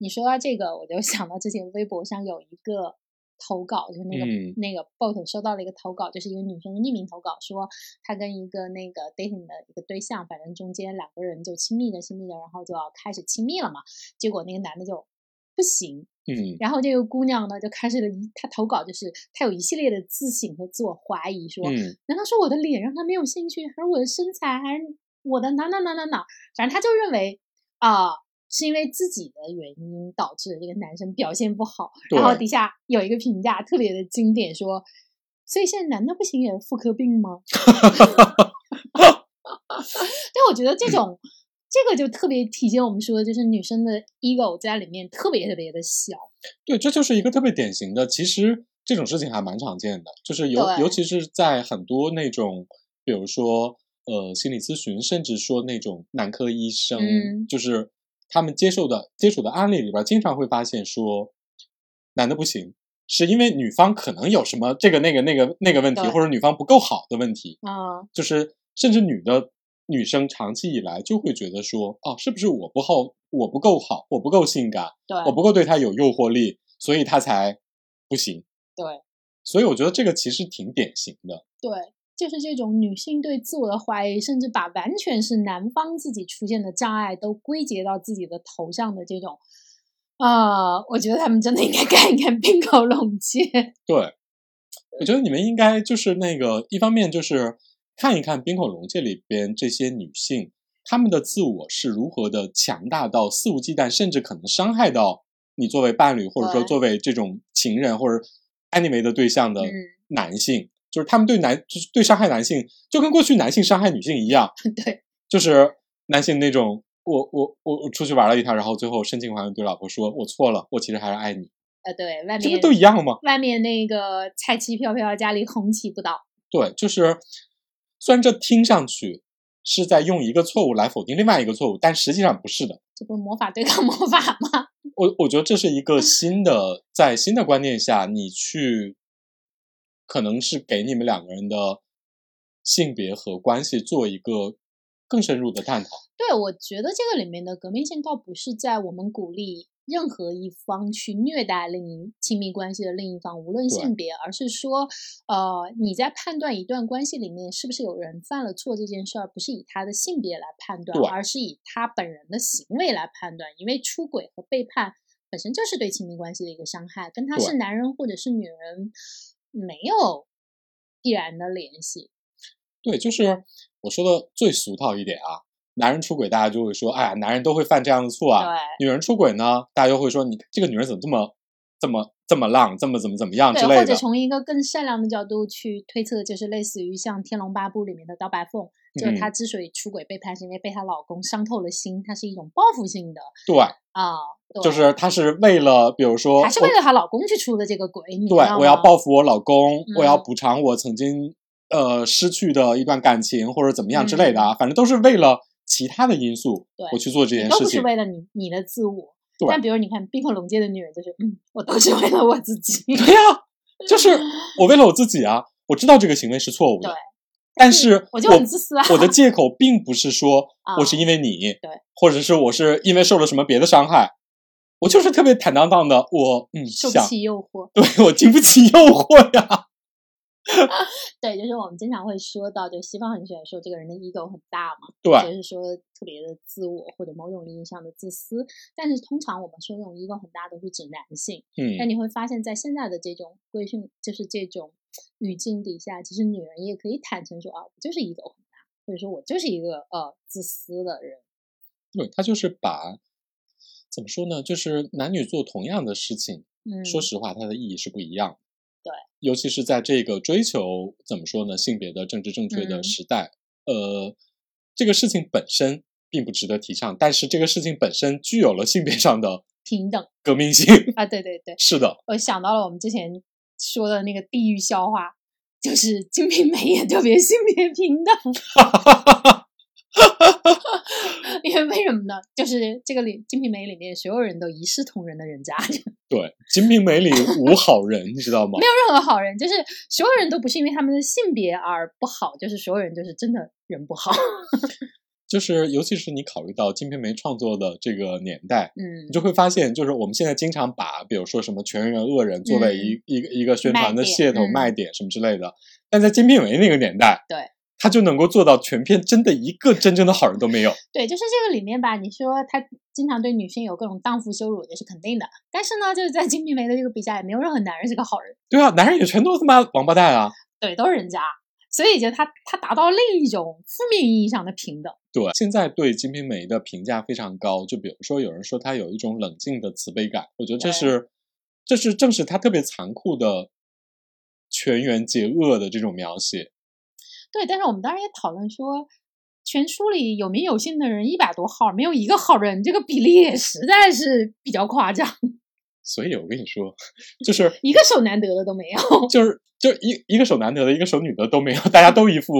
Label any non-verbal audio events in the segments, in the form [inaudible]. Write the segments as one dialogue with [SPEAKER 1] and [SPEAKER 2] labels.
[SPEAKER 1] 你说到这个，我就想到之前微博上有一个投稿，就是那个、
[SPEAKER 2] 嗯
[SPEAKER 1] 那个 bot 收到了一个投稿，就是一个女生匿名投稿，说她跟一个那个 dating 的一个对象，反正中间两个人就亲密着亲密着，然后就要开始亲密了嘛，结果那个男的就不行，
[SPEAKER 2] 嗯
[SPEAKER 1] 然后这个姑娘呢就开始了一，她投稿就是她有一系列的自省和自我怀疑，说、
[SPEAKER 2] 嗯
[SPEAKER 1] 难道是我的脸让他没有兴趣，还是我的身材，还是我的哪哪哪哪哪？反正他就认为啊、是因为自己的原因导致这个男生表现不好。然后
[SPEAKER 2] 对
[SPEAKER 1] 底下有一个评价特别的经典，说：“所以现在男的不行也是妇科病吗？” [laughs] 但我觉得这种。这个就特别体现我们说的，就是女生的 ego 在里面特别特别的小，
[SPEAKER 2] 对，这就是一个特别典型的。其实这种事情还蛮常见的，就是尤
[SPEAKER 1] 对
[SPEAKER 2] 尤其是在很多那种，比如说呃心理咨询，甚至说那种男科医生，
[SPEAKER 1] 嗯
[SPEAKER 2] 就是他们接受的接触的案例里边，经常会发现说，男的不行，是因为女方可能有什么这个那个那个那个问题，
[SPEAKER 1] 对
[SPEAKER 2] 或者女方不够好的问题，
[SPEAKER 1] 啊、
[SPEAKER 2] 就是甚至女的女生长期以来就会觉得说，哦，是不是我不好，我不够好，我不够性感。
[SPEAKER 1] 对
[SPEAKER 2] 我不够对他有诱惑力，所以他才不行。
[SPEAKER 1] 对
[SPEAKER 2] 所以我觉得这个其实挺典型的。
[SPEAKER 1] 对，就是这种女性对自我的怀疑，甚至把完全是男方自己出现的障碍都归结到自己的头上的这种，啊、我觉得他们真的应该 [laughs] 干一干冰口龙界。
[SPEAKER 2] 对，我觉得你们应该就是那个，一方面就是看一看冰口龙界里边这些女性，她们的自我是如何的强大到肆无忌惮，甚至可能伤害到你作为伴侣，或者说
[SPEAKER 1] 对
[SPEAKER 2] 作为这种情人或者 anyway 的对象的
[SPEAKER 1] 嗯，
[SPEAKER 2] 男性，就是他们对男就是对伤害男性，就跟过去男性伤害女性一样，
[SPEAKER 1] [laughs] 对，
[SPEAKER 2] 就是男性那种，我我我我出去玩了一趟，然后最后深情款款对老婆说，我错了，我其实还是爱你，
[SPEAKER 1] 呃，对外
[SPEAKER 2] 这不
[SPEAKER 1] 面
[SPEAKER 2] 都一样吗？
[SPEAKER 1] 外面那个菜旗飘飘，家里红旗不倒。
[SPEAKER 2] 对，就是虽然这听上去是在用一个错误来否定另外一个错误，但实际上不是的。
[SPEAKER 1] 这不是魔法对抗魔法吗？
[SPEAKER 2] 我我觉得这是一个新的，在新的观念下，你去可能是给你们两个人的性别和关系做一个更深入的探讨。
[SPEAKER 1] 对，我觉得这个里面的革命性倒不是在我们鼓励任何一方去虐待另一亲密关系的另一方，无论
[SPEAKER 2] 对
[SPEAKER 1] 性别，而是说，呃，你在判断一段关系里面是不是有人犯了错这件事儿，不是以他的性别来判断，
[SPEAKER 2] 对
[SPEAKER 1] 而是以他本人的行为来判断，因为出轨和背叛本身就是对亲密关系的一个伤害，跟他
[SPEAKER 2] 对
[SPEAKER 1] 是男人或者是女人没有必然的联系。
[SPEAKER 2] 对，就是我说的最俗套一点啊，男人出轨，大家就会说，哎呀，男人都会犯这样的错啊。女人出轨呢，大家就会说，你这个女人怎么这么、这么、这么浪，这么怎么怎么样啊之
[SPEAKER 1] 对，
[SPEAKER 2] 类
[SPEAKER 1] 或者
[SPEAKER 2] 的。
[SPEAKER 1] 从一个更善良的角度去推测，就是类似于像《天龙八部》里面的刀白凤，就是
[SPEAKER 2] 嗯
[SPEAKER 1] 她之所以出轨背叛，是因为被她老公伤透了心，她是一种报复性的
[SPEAKER 2] 对，
[SPEAKER 1] 啊、对
[SPEAKER 2] 就是她是为了，比如说，
[SPEAKER 1] 还是
[SPEAKER 2] 我
[SPEAKER 1] 为了她老公去出的这个轨，你知
[SPEAKER 2] 对
[SPEAKER 1] 道吗？
[SPEAKER 2] 我要报复我老公，我要
[SPEAKER 1] 嗯
[SPEAKER 2] 补偿我曾经呃失去的一段感情或者怎么样之类的啊，反正都是为了其他的因素
[SPEAKER 1] 嗯对
[SPEAKER 2] 我去做这
[SPEAKER 1] 你
[SPEAKER 2] 件
[SPEAKER 1] 都
[SPEAKER 2] 事
[SPEAKER 1] 不是
[SPEAKER 2] 情。
[SPEAKER 1] 为了你你的自我。
[SPEAKER 2] 对
[SPEAKER 1] 但比如你看《冰火龙界》的女人，就是嗯，我都是为了我自己。
[SPEAKER 2] 对呀、就是我为了我自己啊，我知道这个行为是错误的
[SPEAKER 1] 对，
[SPEAKER 2] 但是
[SPEAKER 1] [laughs] 我就很自私啊。
[SPEAKER 2] 我的借口并不是说
[SPEAKER 1] 啊
[SPEAKER 2] 我是因为你，
[SPEAKER 1] 对
[SPEAKER 2] 或者是我是因为受了什么别的伤害，我就是特别坦荡荡的，我嗯
[SPEAKER 1] 受不
[SPEAKER 2] 想，
[SPEAKER 1] 起诱惑，
[SPEAKER 2] 对我经不起诱惑呀，
[SPEAKER 1] 对，就是我们经常会说到，就西方很喜欢说这个人的 ego 很大嘛，
[SPEAKER 2] 对
[SPEAKER 1] 就是说特别的自我或者某种意义上的自私。但是通常我们说这种 ego 很大都是指男性，但
[SPEAKER 2] 嗯，
[SPEAKER 1] 你会发现在现在的这种规训，就是这种语境底下，其实女人也可以坦诚说啊，我就是 ego 很大，或者说我就是一个呃自私的人。
[SPEAKER 2] 对他就是把怎么说呢，就是男女做同样的事情，
[SPEAKER 1] 嗯，
[SPEAKER 2] 说实话，它的意义是不一样的。
[SPEAKER 1] 对，
[SPEAKER 2] 尤其是在这个追求怎么说呢，性别的政治正确的
[SPEAKER 1] 嗯
[SPEAKER 2] 时代，呃，这个事情本身并不值得提倡，但是这个事情本身具有了性别上的
[SPEAKER 1] 平等
[SPEAKER 2] 革命性。
[SPEAKER 1] 啊，对对对，
[SPEAKER 2] 是的，
[SPEAKER 1] 我想到了我们之前说的那个地域笑话，就是《金瓶梅》也特别性别平
[SPEAKER 2] [laughs]
[SPEAKER 1] 等。因为为什么呢？就是这个里《金瓶梅》里面所有人都一视同仁的人渣， [laughs] 就
[SPEAKER 2] 对，《金瓶梅》里无好人，你知道吗？
[SPEAKER 1] 任何好人，就是所
[SPEAKER 2] [laughs]
[SPEAKER 1] 有人都不是因为他们的性别而不好，就是所有人就是真的人不好。
[SPEAKER 2] 就是尤其是你考虑到《金瓶梅》创作的这个年代，
[SPEAKER 1] 嗯
[SPEAKER 2] 你，就会发现，就是我们现在经常把，比如说什么全员恶人作为一、一个一个宣传的噱头、
[SPEAKER 1] 嗯卖点嗯
[SPEAKER 2] 卖点什么之类的，但在《金瓶梅》那个年代，
[SPEAKER 1] 对，
[SPEAKER 2] 他就能够做到全片真的一个真正的好人都没有。
[SPEAKER 1] 对，就是这个里面吧，你说他经常对女性有各种荡妇羞辱也是肯定的，但是呢，就是在金瓶梅的这个笔下，也没有任何男人是个好人，
[SPEAKER 2] 对啊，男人也全都他妈王八蛋啊！
[SPEAKER 1] 对，都是人渣，所以就他他达到另一种负面意义上的平等，
[SPEAKER 2] 对，现在对《金瓶梅》的评价非常高，就比如说有人说他有一种冷静的慈悲感，我觉得这
[SPEAKER 1] 对
[SPEAKER 2] 是，这是正是他特别残酷的全员皆恶的这种描写。
[SPEAKER 1] 对，但是我们当时也讨论说。全书里有名有姓的人一百多号，没有一个好人，这个比例也实在是比较夸张，
[SPEAKER 2] 所以我跟你说，就是 [laughs]
[SPEAKER 1] 一个手难得的都没有，
[SPEAKER 2] 就是就一一个手男得的，一个手女得都没有，大家都一副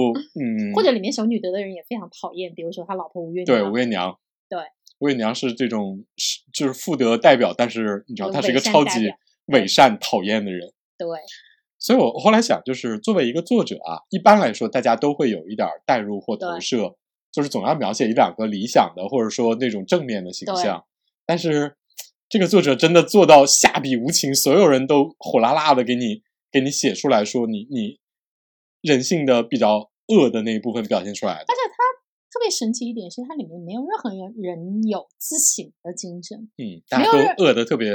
[SPEAKER 1] [laughs]
[SPEAKER 2] 嗯，
[SPEAKER 1] 或者里面守女德的人也非常讨厌，比如说他老婆吴月
[SPEAKER 2] 对
[SPEAKER 1] 娘
[SPEAKER 2] 吴月娘，
[SPEAKER 1] 对
[SPEAKER 2] 吴月娘是这种是就是妇德代表，但是你知道
[SPEAKER 1] 有
[SPEAKER 2] 她是一个
[SPEAKER 1] 伪善
[SPEAKER 2] 超
[SPEAKER 1] 代
[SPEAKER 2] 级
[SPEAKER 1] 表
[SPEAKER 2] 伪善讨厌的人。
[SPEAKER 1] 对
[SPEAKER 2] 所以我后来想，就是作为一个作者啊，一般来说大家都会有一点儿代入或投
[SPEAKER 1] 对
[SPEAKER 2] 射，就是总要描写一两个理想的或者说那种正面的形
[SPEAKER 1] 对
[SPEAKER 2] 象。但是这个作者真的做到下笔无情，所有人都火辣辣的给你给你写出来说你你人性的比较恶的那一部分表现出来的。
[SPEAKER 1] 而且它特别神奇一点是，它里面没有任何人人有自省的精神，
[SPEAKER 2] 嗯，大
[SPEAKER 1] 没
[SPEAKER 2] 家
[SPEAKER 1] 有人
[SPEAKER 2] 都恶的特别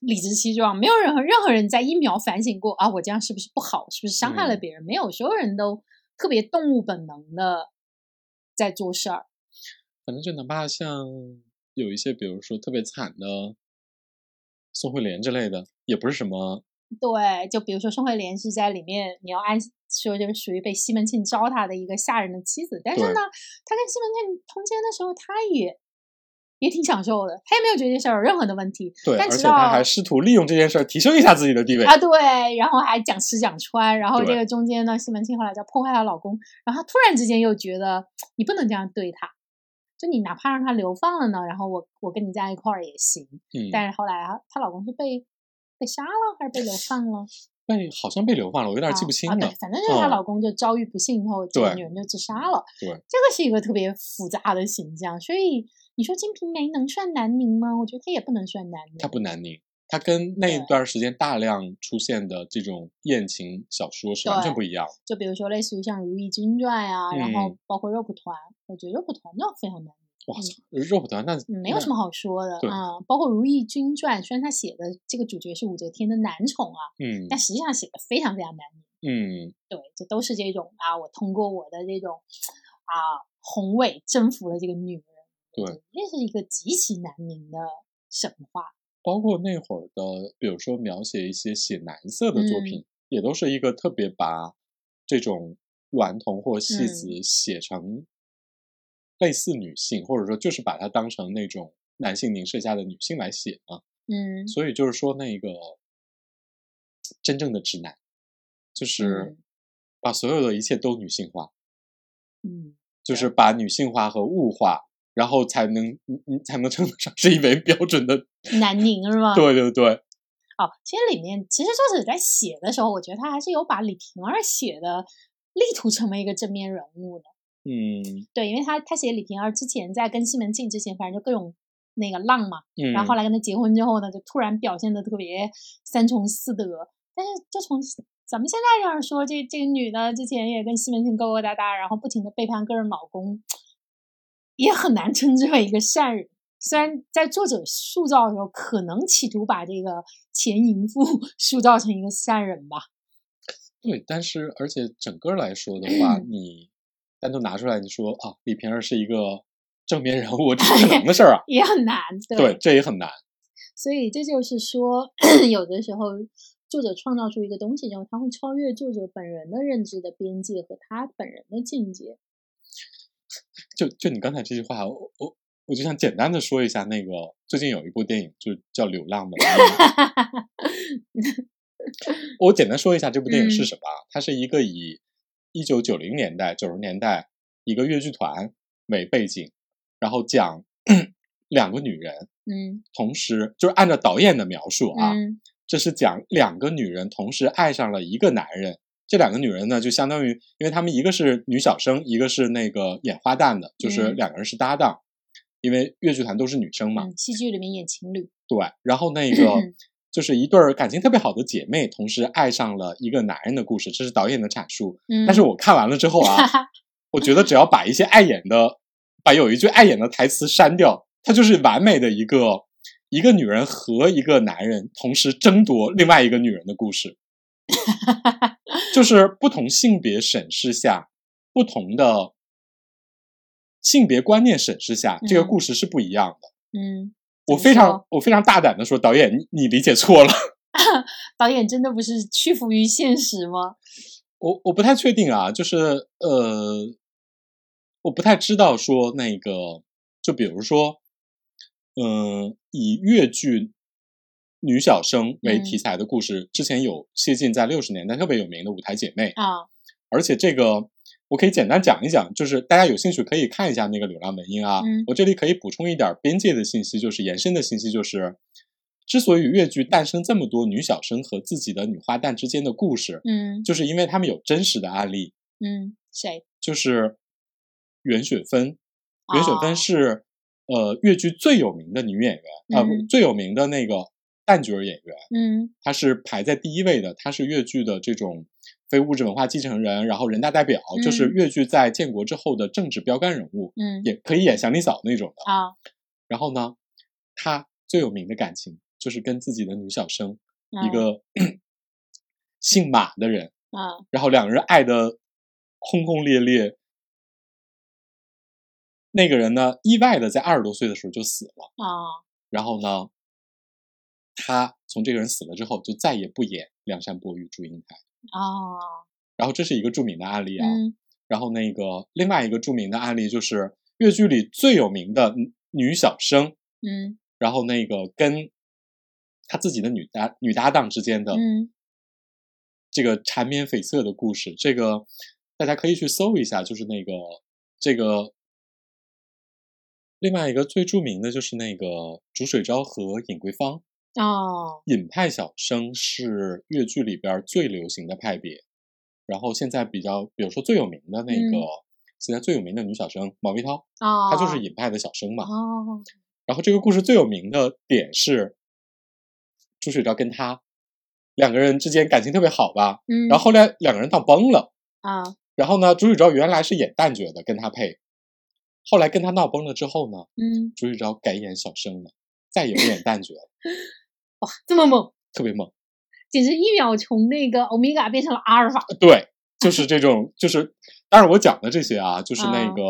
[SPEAKER 1] 理直气壮，没有任何任何人在一秒反省过啊，我这样是不是不好，是不是伤害了
[SPEAKER 2] 嗯
[SPEAKER 1] 别人？没有，所有人都特别动物本能的在做事儿。
[SPEAKER 2] 反正就哪怕像有一些，比如说特别惨的宋慧莲之类的，也不是什么
[SPEAKER 1] 对，就比如说宋慧莲是在里面，你要按说就是属于被西门庆糟蹋的一个下人的妻子，但是
[SPEAKER 2] 对
[SPEAKER 1] 呢，她跟西门庆通奸的时候，她也也挺享受的，她也没有觉得这事儿有任何的问题。
[SPEAKER 2] 对，
[SPEAKER 1] 但
[SPEAKER 2] 而
[SPEAKER 1] 直
[SPEAKER 2] 且他
[SPEAKER 1] 到
[SPEAKER 2] 还试图利用这件事儿提升一下自己的地位。
[SPEAKER 1] 啊，对，然后还讲吃讲穿，然后这
[SPEAKER 2] 对
[SPEAKER 1] 个中间呢，西门庆后来就破坏她老公，然后她突然之间又觉得你不能这样对她，就你哪怕让她流放了呢，然后我我跟你在一块儿也行，
[SPEAKER 2] 嗯，
[SPEAKER 1] 但是后来啊她她老公是被被杀了还是被流放了？
[SPEAKER 2] 被好像被流放了，我有点记不清
[SPEAKER 1] 啊啊。
[SPEAKER 2] 了。
[SPEAKER 1] 对，反正就是她
[SPEAKER 2] 嗯
[SPEAKER 1] 老公就遭遇不幸以后，这个
[SPEAKER 2] 对
[SPEAKER 1] 女人就自杀了。
[SPEAKER 2] 对
[SPEAKER 1] 这个是一个特别复杂的形象，所以你说《金瓶梅》能算南宁吗？我觉得它也不能算南宁。
[SPEAKER 2] 他不难宁，他跟那
[SPEAKER 1] 对
[SPEAKER 2] 段时间大量出现的这种艳情小说是完全不一样的。
[SPEAKER 1] 就比如说类似于像《如懿君传》啊，然后
[SPEAKER 2] 嗯
[SPEAKER 1] 包括肉蒲团，我觉得肉蒲团倒非常难，
[SPEAKER 2] 哇操，肉蒲团那
[SPEAKER 1] 嗯没有什么好说的
[SPEAKER 2] 对
[SPEAKER 1] 啊、包括《如懿君传》，虽然他写的这个主角是武则天的男宠啊，
[SPEAKER 2] 那嗯
[SPEAKER 1] 但实际上写的非常非常难。
[SPEAKER 2] 嗯，
[SPEAKER 1] 对，这都是这种啊，我通过我的这种啊宏伟征服了这个女人。
[SPEAKER 2] 对，
[SPEAKER 1] 这是一个极其难明的神话。
[SPEAKER 2] 包括那会儿的，比如说描写一些写男色的作
[SPEAKER 1] 嗯
[SPEAKER 2] 品，也都是一个特别把这种娈童或
[SPEAKER 1] 嗯
[SPEAKER 2] 戏子写成类似女性，或者说就是把它当成那种男性凝视下的女性来写嘛。
[SPEAKER 1] 嗯，
[SPEAKER 2] 所以就是说，那个真正的直男，就
[SPEAKER 1] 嗯
[SPEAKER 2] 是把所有的一切都女性化，
[SPEAKER 1] 嗯，
[SPEAKER 2] 就是把女性化和物化，然后才能你你才能称得上是一枚标准的。
[SPEAKER 1] 南宁嗯是吗？。
[SPEAKER 2] 对对对，
[SPEAKER 1] 哦，其实里面其实作者在写的时候，我觉得他还是有把李瓶儿写的力图成为一个正面人物的。
[SPEAKER 2] 嗯
[SPEAKER 1] 对，因为他他写李瓶儿之前，在跟西门庆之前，反正就各种那个浪嘛。
[SPEAKER 2] 嗯，
[SPEAKER 1] 然后后来跟他结婚之后呢，就突然表现的特别三从四德。但是就从咱们现在这样说，这这个女的之前也跟西门庆勾勾搭搭，然后不停的背叛个人老公，也很难称之为一个善人。虽然在作者塑造的时候，可能企图把这个前淫妇 [laughs] 塑造成一个善人吧。
[SPEAKER 2] 对，但是而且整个来说的
[SPEAKER 1] [clears throat]。
[SPEAKER 2] 话，你单独拿出来，你说啊，李瓶儿是一个正面人物，这是不可能的事儿啊
[SPEAKER 1] 也很难，哎对
[SPEAKER 2] 对，这也很难。
[SPEAKER 1] 所以这就是说， [coughs] 有的时候作者创造出一个东西之后，他会超越作者本人的认知的边界和他本人的境界。
[SPEAKER 2] 就就你刚才这句话，我我我就想简单的说一下那个最近有一部电影，就叫《流浪的人》。我简单说一下这部电影是
[SPEAKER 1] 嗯
[SPEAKER 2] 什么啊？它是一个以一九九零年代、九十年代一个越剧团为背景，然后讲 [clears throat] 两个女人，
[SPEAKER 1] 嗯
[SPEAKER 2] 同时就是按照导演的描述啊，
[SPEAKER 1] 嗯
[SPEAKER 2] 这是讲两个女人同时爱上了一个男人，这两个女人呢，就相当于，因为她们一个是女小生，一个是那个演花旦的，就是
[SPEAKER 1] 嗯
[SPEAKER 2] 两个人是搭档，因为越剧团都是女生嘛。
[SPEAKER 1] 嗯，戏剧里面演情侣，
[SPEAKER 2] 对，然后那个就是一对儿感情特别好的姐妹，同时爱上了一个男人的故事，这是导演的阐述。
[SPEAKER 1] 嗯，
[SPEAKER 2] 但是我看完了之后啊，
[SPEAKER 1] [laughs]
[SPEAKER 2] 我觉得只要把一些碍眼的，把有一句碍眼的台词删掉，它就是完美的一个一个女人和一个男人同时争夺另外一个女人的故事，就是不同性别审视下，不同的性别观念审视下，这个
[SPEAKER 1] 嗯
[SPEAKER 2] 故事是不一样的。
[SPEAKER 1] 嗯，
[SPEAKER 2] 我
[SPEAKER 1] 怎么
[SPEAKER 2] 非常
[SPEAKER 1] 说
[SPEAKER 2] 我非常大胆的说，导演你你理解错了。
[SPEAKER 1] 导演真的不是屈服于现实吗？
[SPEAKER 2] 我我不太确定啊，就是呃，我不太知道说那个，就比如说，嗯、以越剧女小生为题
[SPEAKER 1] 嗯
[SPEAKER 2] 材的故事，之前有谢晋在六十年代特别有名的《舞台姐妹》，
[SPEAKER 1] 啊，
[SPEAKER 2] 而且这个我可以简单讲一讲，就是大家有兴趣可以看一下那个《流浪文英》啊。
[SPEAKER 1] 嗯
[SPEAKER 2] 我这里可以补充一点边界的信息，就是延伸的信息，就是之所以越剧诞生这么多女小生和自己的女花旦之间的故事，
[SPEAKER 1] 嗯
[SPEAKER 2] 就是因为他们有真实的案例，
[SPEAKER 1] 嗯，谁？
[SPEAKER 2] 就是袁雪芬。袁雪
[SPEAKER 1] 哦
[SPEAKER 2] 芬是、呃越剧最有名的女演员，呃、
[SPEAKER 1] 嗯
[SPEAKER 2] 最有名的那个旦角演员，
[SPEAKER 1] 嗯
[SPEAKER 2] 她是排在第一位的。她是越剧的这种非物质文化继承人，然后人大代表，就是
[SPEAKER 1] 嗯
[SPEAKER 2] 越剧在建国之后的政治标杆人物，
[SPEAKER 1] 嗯
[SPEAKER 2] 也可以演祥林嫂那种的。
[SPEAKER 1] 啊，
[SPEAKER 2] 然后呢，她最有名的感情就是跟自己的女小生、一
[SPEAKER 1] 嗯
[SPEAKER 2] 个 [clears throat] 姓马的人，
[SPEAKER 1] 啊，
[SPEAKER 2] 然后两个人爱的轰轰烈烈。那个人呢，意外的在二十多岁的时候就死了。
[SPEAKER 1] 啊，
[SPEAKER 2] 然后呢，他从这个人死了之后，就再也不演《梁山伯与祝英台》。
[SPEAKER 1] 啊，
[SPEAKER 2] 然后这是一个著名的案例啊。
[SPEAKER 1] 嗯
[SPEAKER 2] 然后那个另外一个著名的案例就是越剧里最有名的女女小生，
[SPEAKER 1] 嗯
[SPEAKER 2] 然后那个跟她自己的女搭女搭档之间的
[SPEAKER 1] 嗯
[SPEAKER 2] 这个缠绵悱恻的故事，这个大家可以去搜一下，就是那个这个另外一个最著名的就是那个竺水昭和尹桂芳，
[SPEAKER 1] 哦，
[SPEAKER 2] 尹派小生是越剧里边儿最流行的派别，然后现在比较，比如说最有名的那个，
[SPEAKER 1] 嗯
[SPEAKER 2] 现在最有名的女小生毛维涛，
[SPEAKER 1] 哦，
[SPEAKER 2] 她就是尹派的小生嘛。
[SPEAKER 1] 哦，
[SPEAKER 2] 然后这个故事最有名的点是，朱水昭跟她两个人之间感情特别好吧，
[SPEAKER 1] 嗯，
[SPEAKER 2] 然后后来两个人闹崩了。
[SPEAKER 1] 啊，
[SPEAKER 2] 然后呢，朱玉昭原来是演旦角的，跟他配，后来跟他闹崩了之后呢，
[SPEAKER 1] 嗯，
[SPEAKER 2] 朱玉昭改演小生了，再也不演旦角了，
[SPEAKER 1] 哇，这么猛，
[SPEAKER 2] 特别猛。
[SPEAKER 1] 简直一秒从那个欧米伽变成了阿尔法，
[SPEAKER 2] 对，就是这种，就是当然我讲的这些啊，就是那个、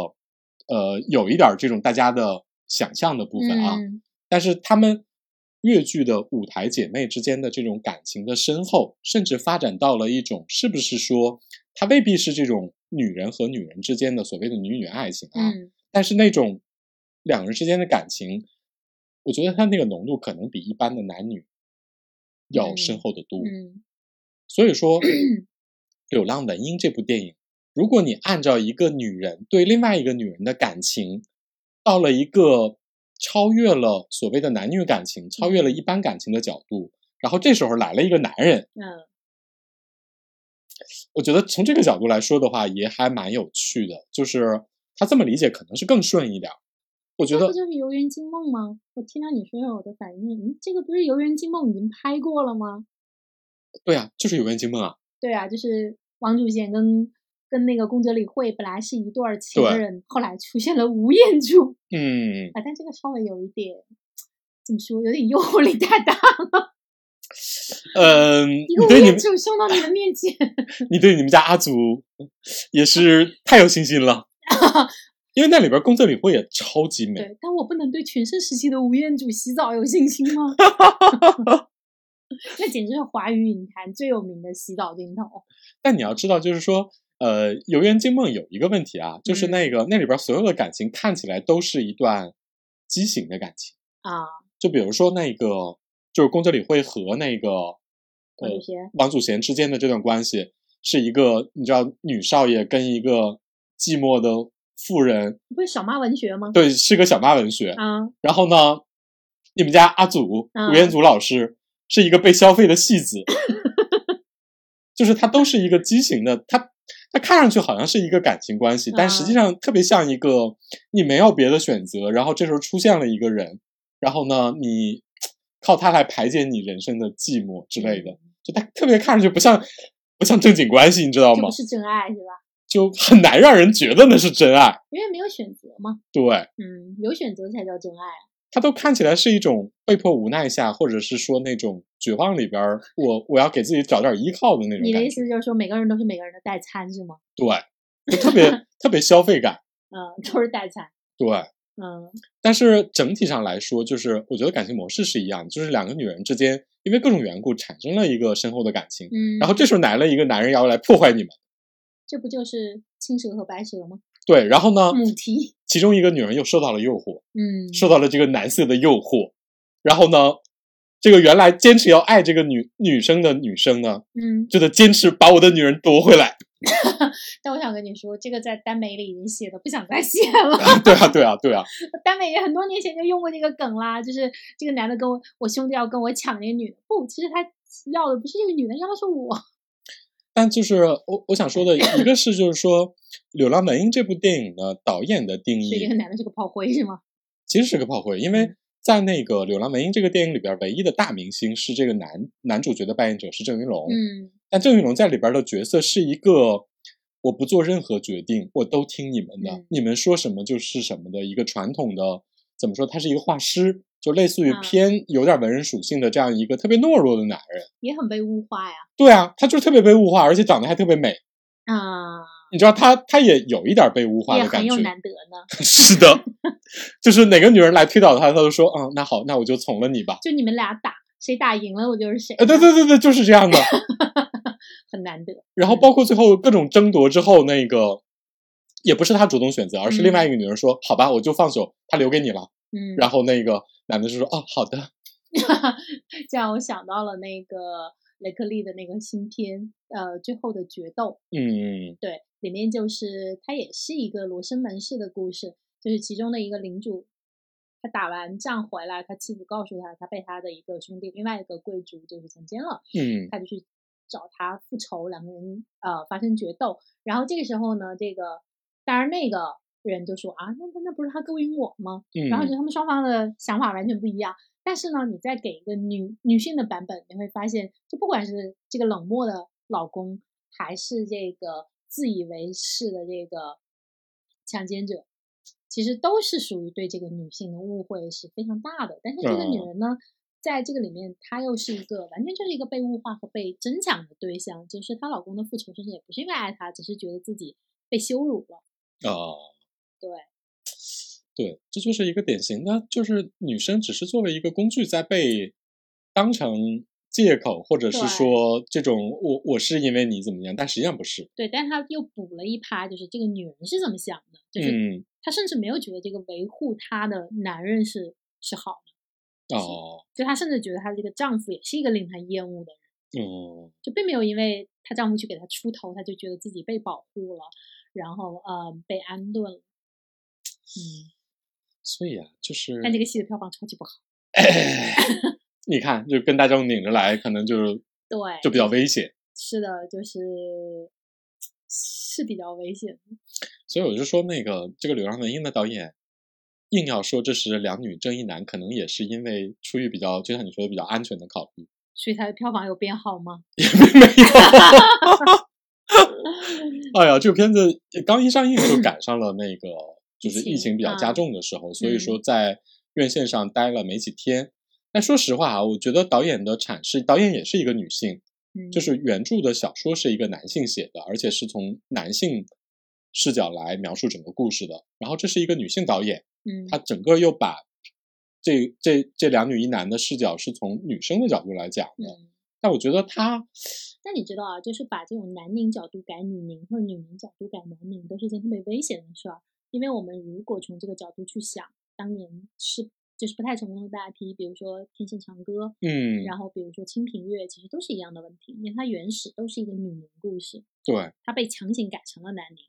[SPEAKER 2] 呃，有一点儿这种大家的想象的部分啊，
[SPEAKER 1] 嗯
[SPEAKER 2] 但是他们。越剧的舞台姐妹之间的这种感情的深厚，甚至发展到了一种，是不是说，它未必是这种女人和女人之间的所谓的女女爱情啊，
[SPEAKER 1] 嗯
[SPEAKER 2] 但是那种两人之间的感情，我觉得他那个浓度可能比一般的男女要深
[SPEAKER 1] 嗯
[SPEAKER 2] 厚的多。
[SPEAKER 1] 嗯
[SPEAKER 2] 所以
[SPEAKER 1] [clears throat]
[SPEAKER 2] 说，《流浪文英》这部电影，如果你按照一个女人对另外一个女人的感情，到了一个超越了所谓的男女感情、超越了一般感情的角度，然后这时候来了一个男人，
[SPEAKER 1] 嗯
[SPEAKER 2] 我觉得从这个角度来说的话，也还蛮有趣的。就是他这么理解可能是更顺一点儿。我觉
[SPEAKER 1] 这
[SPEAKER 2] 得
[SPEAKER 1] 不就是《游园惊梦》吗？我听到你说后，我的反应，嗯，这个不是《游园惊梦》已经拍过了吗？
[SPEAKER 2] 对啊，就是《游园惊梦》啊。
[SPEAKER 1] 对啊，就是王祖贤跟跟那个宫泽理惠本来是一对儿情
[SPEAKER 2] 对
[SPEAKER 1] 人，后来出现了吴彦祖
[SPEAKER 2] 嗯，
[SPEAKER 1] 啊，但这个稍微有一点怎么说，有点诱惑力太大，
[SPEAKER 2] 嗯，
[SPEAKER 1] 一个
[SPEAKER 2] 你
[SPEAKER 1] 吴
[SPEAKER 2] 对你们
[SPEAKER 1] 彦祖送到你的面
[SPEAKER 2] [laughs]
[SPEAKER 1] 前，
[SPEAKER 2] 你对你们家阿祖也是太有信心
[SPEAKER 1] [laughs]
[SPEAKER 2] 了，因为那里边宫泽理惠也超级美。
[SPEAKER 1] 对，但我不能对全盛时期的吴彦祖洗澡有信心
[SPEAKER 2] [laughs]
[SPEAKER 1] 吗？ [laughs] 那简直是华语影坛最有名的洗澡镜头。
[SPEAKER 2] 但你要知道，就是说，呃，《游园惊梦》有一个问题啊，
[SPEAKER 1] 嗯
[SPEAKER 2] 就是那个、那里边所有的感情看起来都是一段畸形的感情，
[SPEAKER 1] 啊，
[SPEAKER 2] 就比如说那个就是宫泽理惠和那个
[SPEAKER 1] 王祖
[SPEAKER 2] 呃
[SPEAKER 1] 贤，
[SPEAKER 2] 王祖贤之间的这段关系，是一个你知道女少爷跟一个寂寞的妇人，
[SPEAKER 1] 不是小妈文学吗？
[SPEAKER 2] 对，是个小妈文学。
[SPEAKER 1] 啊，
[SPEAKER 2] 然后呢，你们家阿祖
[SPEAKER 1] 嗯 [laughs]
[SPEAKER 2] 吴彦祖老师是一个被消费的戏子，就是它都是一个畸形的，它它看上去好像是一个感情关系，但
[SPEAKER 1] 嗯
[SPEAKER 2] 实际上特别像一个你没有别的选择，然后这时候出现了一个人，然后呢，你靠他来排解你人生的寂寞之类
[SPEAKER 1] 嗯
[SPEAKER 2] 的，就它特别看上去不像不像正经关系，你知道
[SPEAKER 1] 这
[SPEAKER 2] 吗
[SPEAKER 1] 不？是真爱是吧？
[SPEAKER 2] 就很难让人觉得那是真爱。
[SPEAKER 1] 因为没有选择嘛，
[SPEAKER 2] 对，
[SPEAKER 1] 嗯，有选择才叫真爱啊。
[SPEAKER 2] 它都看起来是一种被迫无奈下，或者是说那种绝望里边儿，我我要给自己找点依靠的那种
[SPEAKER 1] 你的
[SPEAKER 2] 感
[SPEAKER 1] 意
[SPEAKER 2] 觉。
[SPEAKER 1] 思就是说，每个人都是每个人的代餐是吗？
[SPEAKER 2] 对，就
[SPEAKER 1] [laughs]
[SPEAKER 2] 特别特别消费感。
[SPEAKER 1] 嗯， [laughs] 都是代餐。
[SPEAKER 2] 对，
[SPEAKER 1] 嗯
[SPEAKER 2] 但是整体上来说，就是我觉得感情模式是一样的，就是两个女人之间因为各种缘故产生了一个深厚的感情，
[SPEAKER 1] 嗯，
[SPEAKER 2] 然后这时候来了一个男人要来破坏你们，
[SPEAKER 1] 这不就是青蛇和白蛇吗？
[SPEAKER 2] 对，然后呢，
[SPEAKER 1] 母题。
[SPEAKER 2] 其中一个女人又受到了诱惑，
[SPEAKER 1] 嗯，
[SPEAKER 2] 受到了这个男色的诱惑，然后呢，这个原来坚持要爱这个女女生的女生呢，
[SPEAKER 1] 嗯，
[SPEAKER 2] 就得坚持把我的女人夺回来。
[SPEAKER 1] 但我想跟你说，这个在耽美里已经写的不想再写了。 [laughs]
[SPEAKER 2] [laughs] 对啊，对啊，对啊，
[SPEAKER 1] 耽美也很多年前就用过这个梗啦，就是这个男的跟我我兄弟要跟我抢那个女的，不，其实他要的不是这个女的，要的是我。
[SPEAKER 2] 但就是我我想说的一个是，就是说《流浪男音》这部电影呢，导演的定
[SPEAKER 1] 所以这
[SPEAKER 2] 义
[SPEAKER 1] 个男嗯的是个炮灰是吗？
[SPEAKER 2] 其实是个炮灰，因为在那个《流浪男音》这个电影里边，唯一的大明星是这个男男主角的扮演者是郑云龙。
[SPEAKER 1] 嗯，
[SPEAKER 2] 但郑云龙在里边的角色是一个我不做任何决定，我都听你们的，
[SPEAKER 1] 嗯
[SPEAKER 2] 你们说什么就是什么的一个传统的，怎么说？他是一个画师，就类似于
[SPEAKER 1] 啊
[SPEAKER 2] 偏有点文人属性的这样一个特别懦弱的男人。
[SPEAKER 1] 也很被物化呀。
[SPEAKER 2] 对啊，他就是特别被物化，而且长得还特别美。
[SPEAKER 1] 啊、
[SPEAKER 2] 你知道他，他也有一点被物化
[SPEAKER 1] 也
[SPEAKER 2] 的感
[SPEAKER 1] 很
[SPEAKER 2] 觉
[SPEAKER 1] 有。
[SPEAKER 2] [laughs]
[SPEAKER 1] 难得呢。
[SPEAKER 2] 是的， [laughs] 就是哪个女人来推倒他，他就说，嗯，那好，那我就从了你吧。
[SPEAKER 1] 就你们俩打，谁打赢了我就是谁。
[SPEAKER 2] 呃，对，对对对，就是这样的。
[SPEAKER 1] [laughs] 很难得。
[SPEAKER 2] 然后包括最后各种争夺之后，那个也不是他主动选择，而是另外一个女人说：“好吧，我就放手，他留给你了。”
[SPEAKER 1] 嗯，
[SPEAKER 2] 然后那个男的就说：“哦，好的。
[SPEAKER 1] [laughs] 这让我想到了那个雷克利的那个新片，呃，最后的决斗，”
[SPEAKER 2] 嗯，
[SPEAKER 1] 对，里面就是它也是一个罗生门式的故事，就是其中的一个领主，他打完仗回来，他妻子告诉他，他被他的一个兄弟，另外一个贵族就是强奸了，
[SPEAKER 2] 嗯
[SPEAKER 1] 他就去找他复仇，两个人呃发生决斗，然后这个时候呢，这个当然那个人就说啊，那那那不是他勾引我吗？
[SPEAKER 2] 嗯，
[SPEAKER 1] 然后就他们双方的想法完全不一样。但是呢，你再给一个女女性的版本，你会发现，就不管是这个冷漠的老公，还是这个自以为是的这个强奸者，其实都是属于对这个女性的误会是非常大的。但是这个女
[SPEAKER 2] 嗯
[SPEAKER 1] 人呢，在这个里面，她又是一个完全就是一个被物化和被争抢的对象，就是她老公的复仇，甚至也不是因为爱她，只是觉得自己被羞辱了。
[SPEAKER 2] 啊，
[SPEAKER 1] 对，
[SPEAKER 2] [sniffs] 对，这就是一个典型的，就是女生只是作为一个工具在被当成借口，或者是
[SPEAKER 1] 对
[SPEAKER 2] 说这种我我是因为你怎么样，但实际上不是。
[SPEAKER 1] 对，但他又补了一趴，就是这个女人是怎么想的，就是
[SPEAKER 2] 嗯，
[SPEAKER 1] 她甚至没有觉得这个维护她的男人是是好的，
[SPEAKER 2] 哦，
[SPEAKER 1] 就她甚至觉得她这个丈夫也是一个令她厌恶的人，
[SPEAKER 2] 嗯，
[SPEAKER 1] 就并没有因为她丈夫去给她出头，她就觉得自己被保护了，然后呃被安顿了。嗯，
[SPEAKER 2] 所以啊，就是
[SPEAKER 1] 但这个戏的票房超级不好。
[SPEAKER 2] [sniffs] 你看，就跟大众拧着来，可能就是
[SPEAKER 1] 哎对，
[SPEAKER 2] 就比较危险。
[SPEAKER 1] 是的，就是是比较危险的。
[SPEAKER 2] 所以我就说，那个这个《流浪文英》的导演硬要说这是两女争一男，可能也是因为出于比较，就像你说的比较安全的考虑，
[SPEAKER 1] 所以它的票房有变好吗？
[SPEAKER 2] 并没有。哎呀，这个片子刚一上映就赶上了那个就是疫情比较加重的时候，所以说在院线上待了没几天。但说实话啊，我觉得导演的阐释，导演也是一个女性，
[SPEAKER 1] 嗯，
[SPEAKER 2] 就是原著的小说是一个男性写的，而且是从男性视角来描述整个故事的。然后这是一个女性导演，
[SPEAKER 1] 嗯，
[SPEAKER 2] 她整个又把这这这两女一男的视角是从女生的角度来讲的。
[SPEAKER 1] 嗯。
[SPEAKER 2] 但我觉得她，
[SPEAKER 1] 那你知道啊，就是把这种男凝角度改女凝，或者女凝角度改男凝，都是一件特别危险的事儿。因为我们如果从这个角度去想，当年是就是不太成功的大批，比如说《天盛长歌》，
[SPEAKER 2] 嗯，
[SPEAKER 1] 然后比如说《清平乐》，其实都是一样的问题，因为它原始都是一个女凝故事，
[SPEAKER 2] 对，
[SPEAKER 1] 它被强行改成了男凝。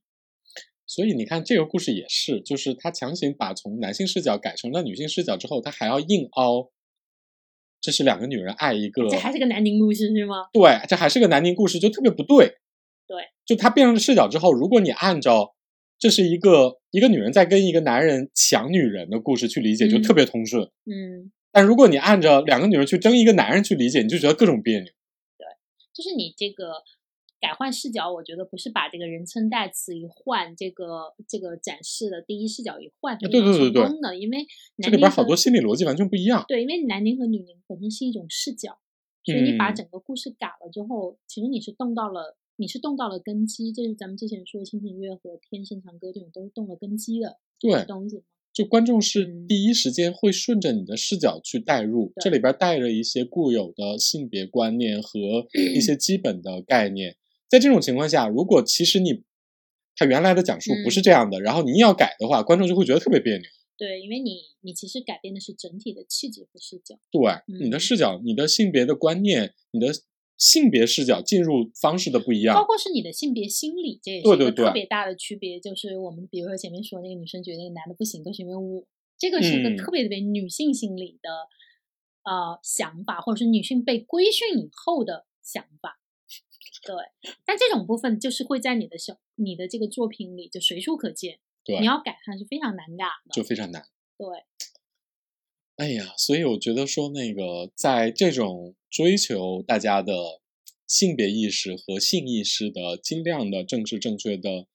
[SPEAKER 2] 所以你看这个故事也是，就是她强行把从男性视角改成了女性视角之后，她还要硬凹这是两个女人爱一个，
[SPEAKER 1] 这还是个南宁故事是吗？
[SPEAKER 2] 对，这还是个南宁故事，就特别不对。
[SPEAKER 1] 对，
[SPEAKER 2] 就它变成视角之后，如果你按照这是一个一个女人在跟一个男人抢女人的故事去理解，就特别通顺。
[SPEAKER 1] 嗯，
[SPEAKER 2] 但如果你按照两个女人去争一个男人去理解，你就觉得各种别扭。
[SPEAKER 1] 就是你这个改换视角，我觉得不是把这个人称代词一换，这个这个展示的第一视角一换，
[SPEAKER 2] 对啊对对对
[SPEAKER 1] 成功的，因为南
[SPEAKER 2] 这里
[SPEAKER 1] 宁
[SPEAKER 2] 边好
[SPEAKER 1] 和
[SPEAKER 2] 多心理逻辑完全不一样。
[SPEAKER 1] 对，因为南宁和女宁本身是一种视角，所以你把
[SPEAKER 2] 嗯
[SPEAKER 1] 整个故事改了之后，其实你是动到了，你是动到了根基，这是咱们之前说的《清平乐》和《天盛长歌》这种都是动了根基的
[SPEAKER 2] 对，
[SPEAKER 1] 东西。
[SPEAKER 2] 就观众是
[SPEAKER 1] 嗯
[SPEAKER 2] 第一时间会顺着你的视角去带入，
[SPEAKER 1] 对
[SPEAKER 2] 这里边带着一些固有的性别观念和一些基本的概念。在这种情况下，如果其实你他原来的讲述
[SPEAKER 1] 嗯
[SPEAKER 2] 不是这样的，然后你硬要改的话，观众就会觉得特别别扭。
[SPEAKER 1] 对，因为你你其实改变的是整体的气质和视角。
[SPEAKER 2] 对，
[SPEAKER 1] 嗯
[SPEAKER 2] 你的视角、你的性别的观念、你的性别视角进入方式的不一
[SPEAKER 1] 包
[SPEAKER 2] 样。
[SPEAKER 1] 括是你的性别心理，这也是
[SPEAKER 2] 对
[SPEAKER 1] 一个
[SPEAKER 2] 对啊对
[SPEAKER 1] 特别大的区别。就是我们比如说前面说那个女生觉得那个男的不行，都是因为我，这个是一
[SPEAKER 2] 嗯
[SPEAKER 1] 个特别特别女性心理的、呃想法，或者是女性被规训以后的想法。对，但这种部分就是会在你的小你的这个作品里就随处可见，
[SPEAKER 2] 对
[SPEAKER 1] 你要改它是非常难改的。
[SPEAKER 2] 就非常难。
[SPEAKER 1] 对，
[SPEAKER 2] 哎呀，所以我觉得说那个，在这种追求大家的性别意识和性意识的尽量的政治正确的